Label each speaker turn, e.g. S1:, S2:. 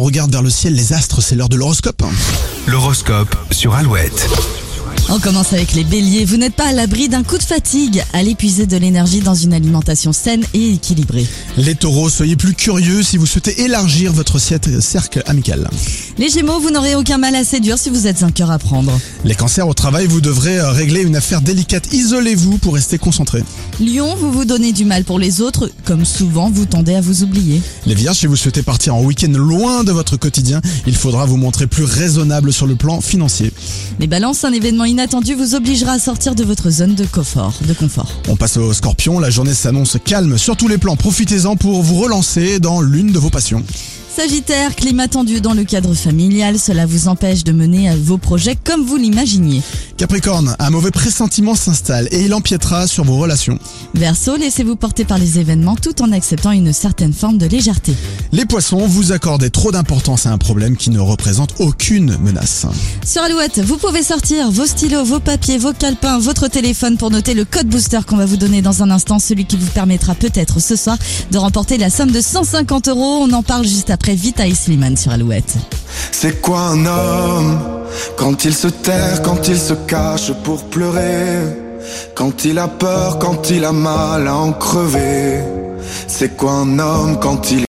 S1: regarde vers le ciel, les astres, c'est l'heure de l'horoscope.
S2: L'horoscope sur Alouette.
S3: On commence avec les béliers. Vous n'êtes pas à l'abri d'un coup de fatigue. Allez puiser de l'énergie dans une alimentation saine et équilibrée.
S1: Les taureaux, soyez plus curieux si vous souhaitez élargir votre cer- cercle amical.
S3: Les gémeaux, vous n'aurez aucun mal à séduire si vous êtes un cœur à prendre.
S1: Les cancers au travail, vous devrez euh, régler une affaire délicate. Isolez-vous pour rester concentré.
S3: Lion, vous vous donnez du mal pour les autres. Comme souvent, vous tendez à vous oublier.
S1: Les vierges, si vous souhaitez partir en week-end loin de votre quotidien, il faudra vous montrer plus raisonnable sur le plan financier.
S3: Les balances, un événement inattendu vous obligera à sortir de votre zone de confort. De confort.
S1: On passe aux scorpions, la journée s'annonce calme sur tous les plans. Profitez-en pour vous relancer dans l'une de vos passions.
S3: Sagittaire, climat tendu dans le cadre familial, cela vous empêche de mener à vos projets comme vous l'imaginiez.
S1: Capricorne, un mauvais pressentiment s'installe et il empiétera sur vos relations.
S3: Verseau, laissez-vous porter par les événements tout en acceptant une certaine forme de légèreté.
S1: Les poissons, vous accordez trop d'importance à un problème qui ne représente aucune menace.
S3: Sur Alouette, vous pouvez sortir vos stylos, vos papiers, vos calepins, votre téléphone pour noter le code booster qu'on va vous donner dans un instant, celui qui vous permettra peut-être ce soir de remporter la somme de 150 euros. On en parle juste après Vita et Slimane sur Alouette.
S4: C'est quoi un homme Quand il se terre, quand il se cache pour pleurer Quand il a peur, quand il a mal à en crever C'est quoi un homme quand il